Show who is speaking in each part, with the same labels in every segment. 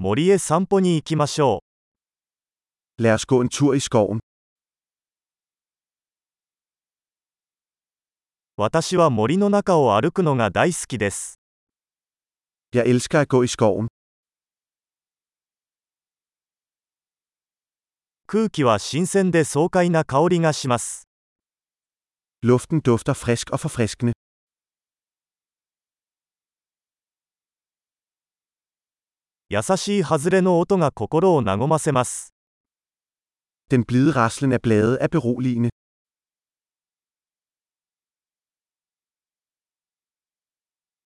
Speaker 1: 森へ散歩に行きましょ
Speaker 2: Lad os gå en tur i skoven.
Speaker 1: う。私は森の中を歩くのが大好きです。
Speaker 2: Jeg elsker at gå i skoven.
Speaker 1: 空気は新鮮で爽快な香りがします。
Speaker 2: Luften dufter frisk og forfriskende.
Speaker 1: 優しい外れの音が心を和ませます。
Speaker 2: Den blide raslen af blade er beroligende.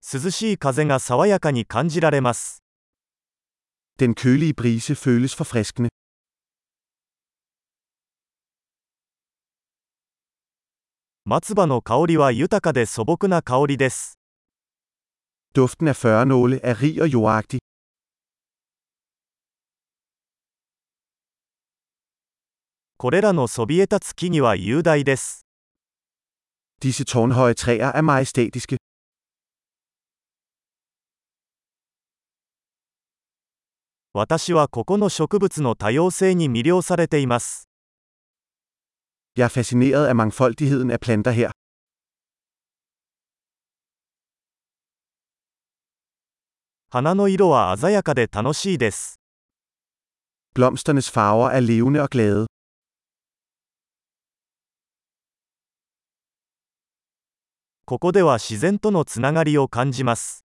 Speaker 1: 涼しい風が爽やかに感じられます。
Speaker 2: Den kølige brise føles forfriskende.
Speaker 1: 松葉の香りは豊かで素朴な香りです。
Speaker 2: Duften af førnåle er rig og jordagtig.
Speaker 1: これらのそびえ立つ木々は雄大です。
Speaker 2: Disse tårnhøje træer er majestætiske.
Speaker 1: 私はここの植物の多様性に魅了されています。
Speaker 2: Jeg er fascineret af mangfoldigheden af planter her.
Speaker 1: 花の色は鮮やかで楽しいです。
Speaker 2: Blomsternes farver er levende og glade.
Speaker 1: ここでは自然とのつながりを感じます。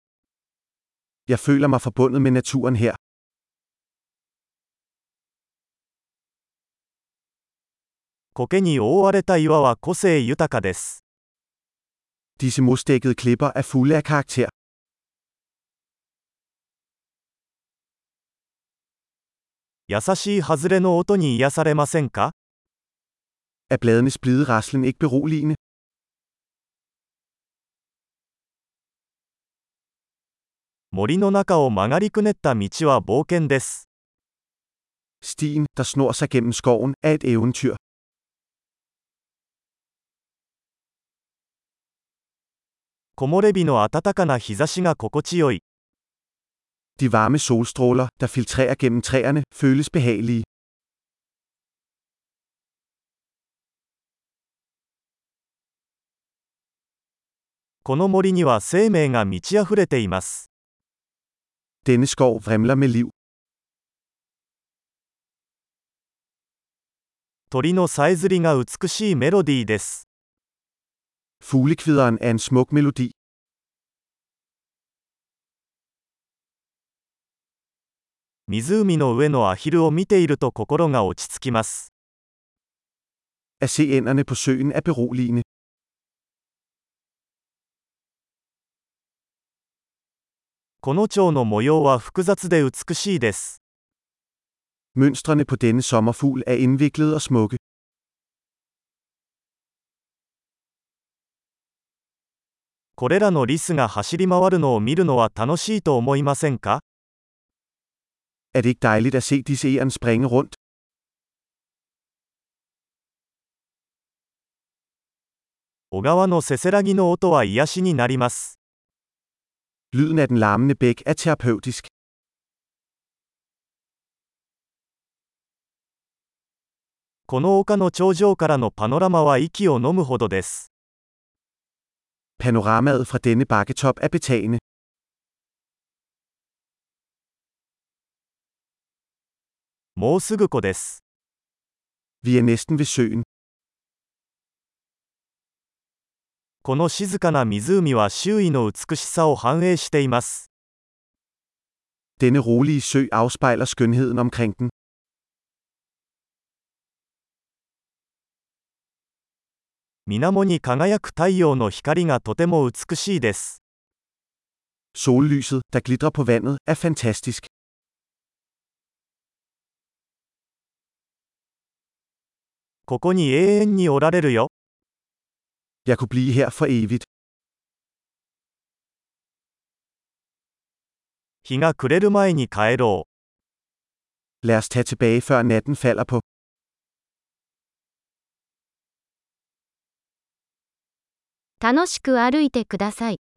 Speaker 2: Jeg føler mig forbundet med naturen her.
Speaker 1: 苔に覆われた岩は個性豊かです。
Speaker 2: Disse mosdækkede klipper er fulde af karakter.
Speaker 1: 優しい外れの音に癒されませんか
Speaker 2: Er bladenes blide raslen ikke beroligende?
Speaker 1: 森の中を曲がりくねった道は冒険です。
Speaker 2: Stien, der snor sig gennem skoven, er et eventyr.
Speaker 1: 木漏れ日の暖かな日差しが心地よい。
Speaker 2: De varme solstråler, der filtrerer gennem træerne, føles behagelige.
Speaker 1: この森には生命が満ち溢れています。
Speaker 2: Denne skov vrimler med liv.
Speaker 1: 鳥のさえずりが美しいメロディーです。
Speaker 2: Fuglekvideren er en smuk melodi.
Speaker 1: 湖の上のアヒルを見ていると心が落ち着きます。
Speaker 2: At se ænderne på søen er beroligende.
Speaker 1: この蝶の模様は複雑で美しいです。
Speaker 2: Mønstrene på denne sommerfugl er indviklede og smukke.
Speaker 1: これらのリスが走り回るのを見るのは楽しいと思いませんか
Speaker 2: Er det ikke dejligt at se disse æren springe rundt?
Speaker 1: 小川のせせらぎの音は癒しになります。
Speaker 2: Lyden af den larmende bæk er terapeutisk.
Speaker 1: この丘の頂上からのパノラマは息を飲むほどです。
Speaker 2: Panoramaet fra denne bakketop er betagende.
Speaker 1: もうすぐ湖です。
Speaker 2: Vi er næsten ved søen.
Speaker 1: この静かな湖は周囲の美しさを反映しています。
Speaker 2: Denne rolige sø afspejler skønheden omkring den.
Speaker 1: 水面に輝く太陽の光がとても美しいです。
Speaker 2: Sollyset, der glitrer på vandet, er fantastisk.
Speaker 1: ここに永遠におられるよ。
Speaker 2: Jeg kunne blive her for evigt.
Speaker 1: 日が暮れる前に帰ろう。
Speaker 2: Lad os tage tilbage, før natten falder på.
Speaker 3: 楽しく歩いてください。